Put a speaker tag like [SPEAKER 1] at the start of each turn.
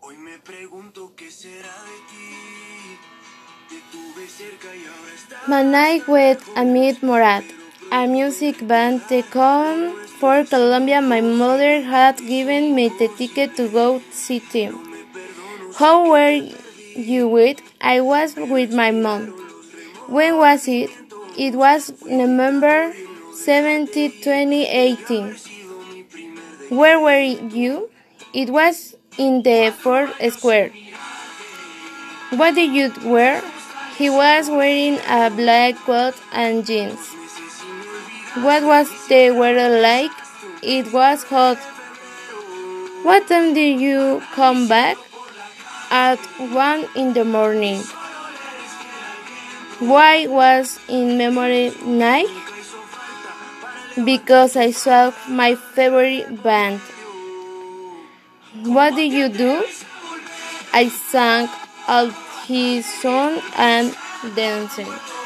[SPEAKER 1] Hoy me pregunto qué será de ti. Te tuve cerca y ahora estás
[SPEAKER 2] Manai with Amit Morat, a music band to come for Colombia. My mother had given me the ticket to go see them. How were you with? I was with my mom. When was it? It was November 17, 2018. Where were you? It was in the fourth square. What did you wear? He was wearing a black coat and jeans. What was the weather like? It was hot. What time did you come back? At one in the morning. Why was in memory night? Because I saw my favorite band. What did you do? I sang all his song and dancing.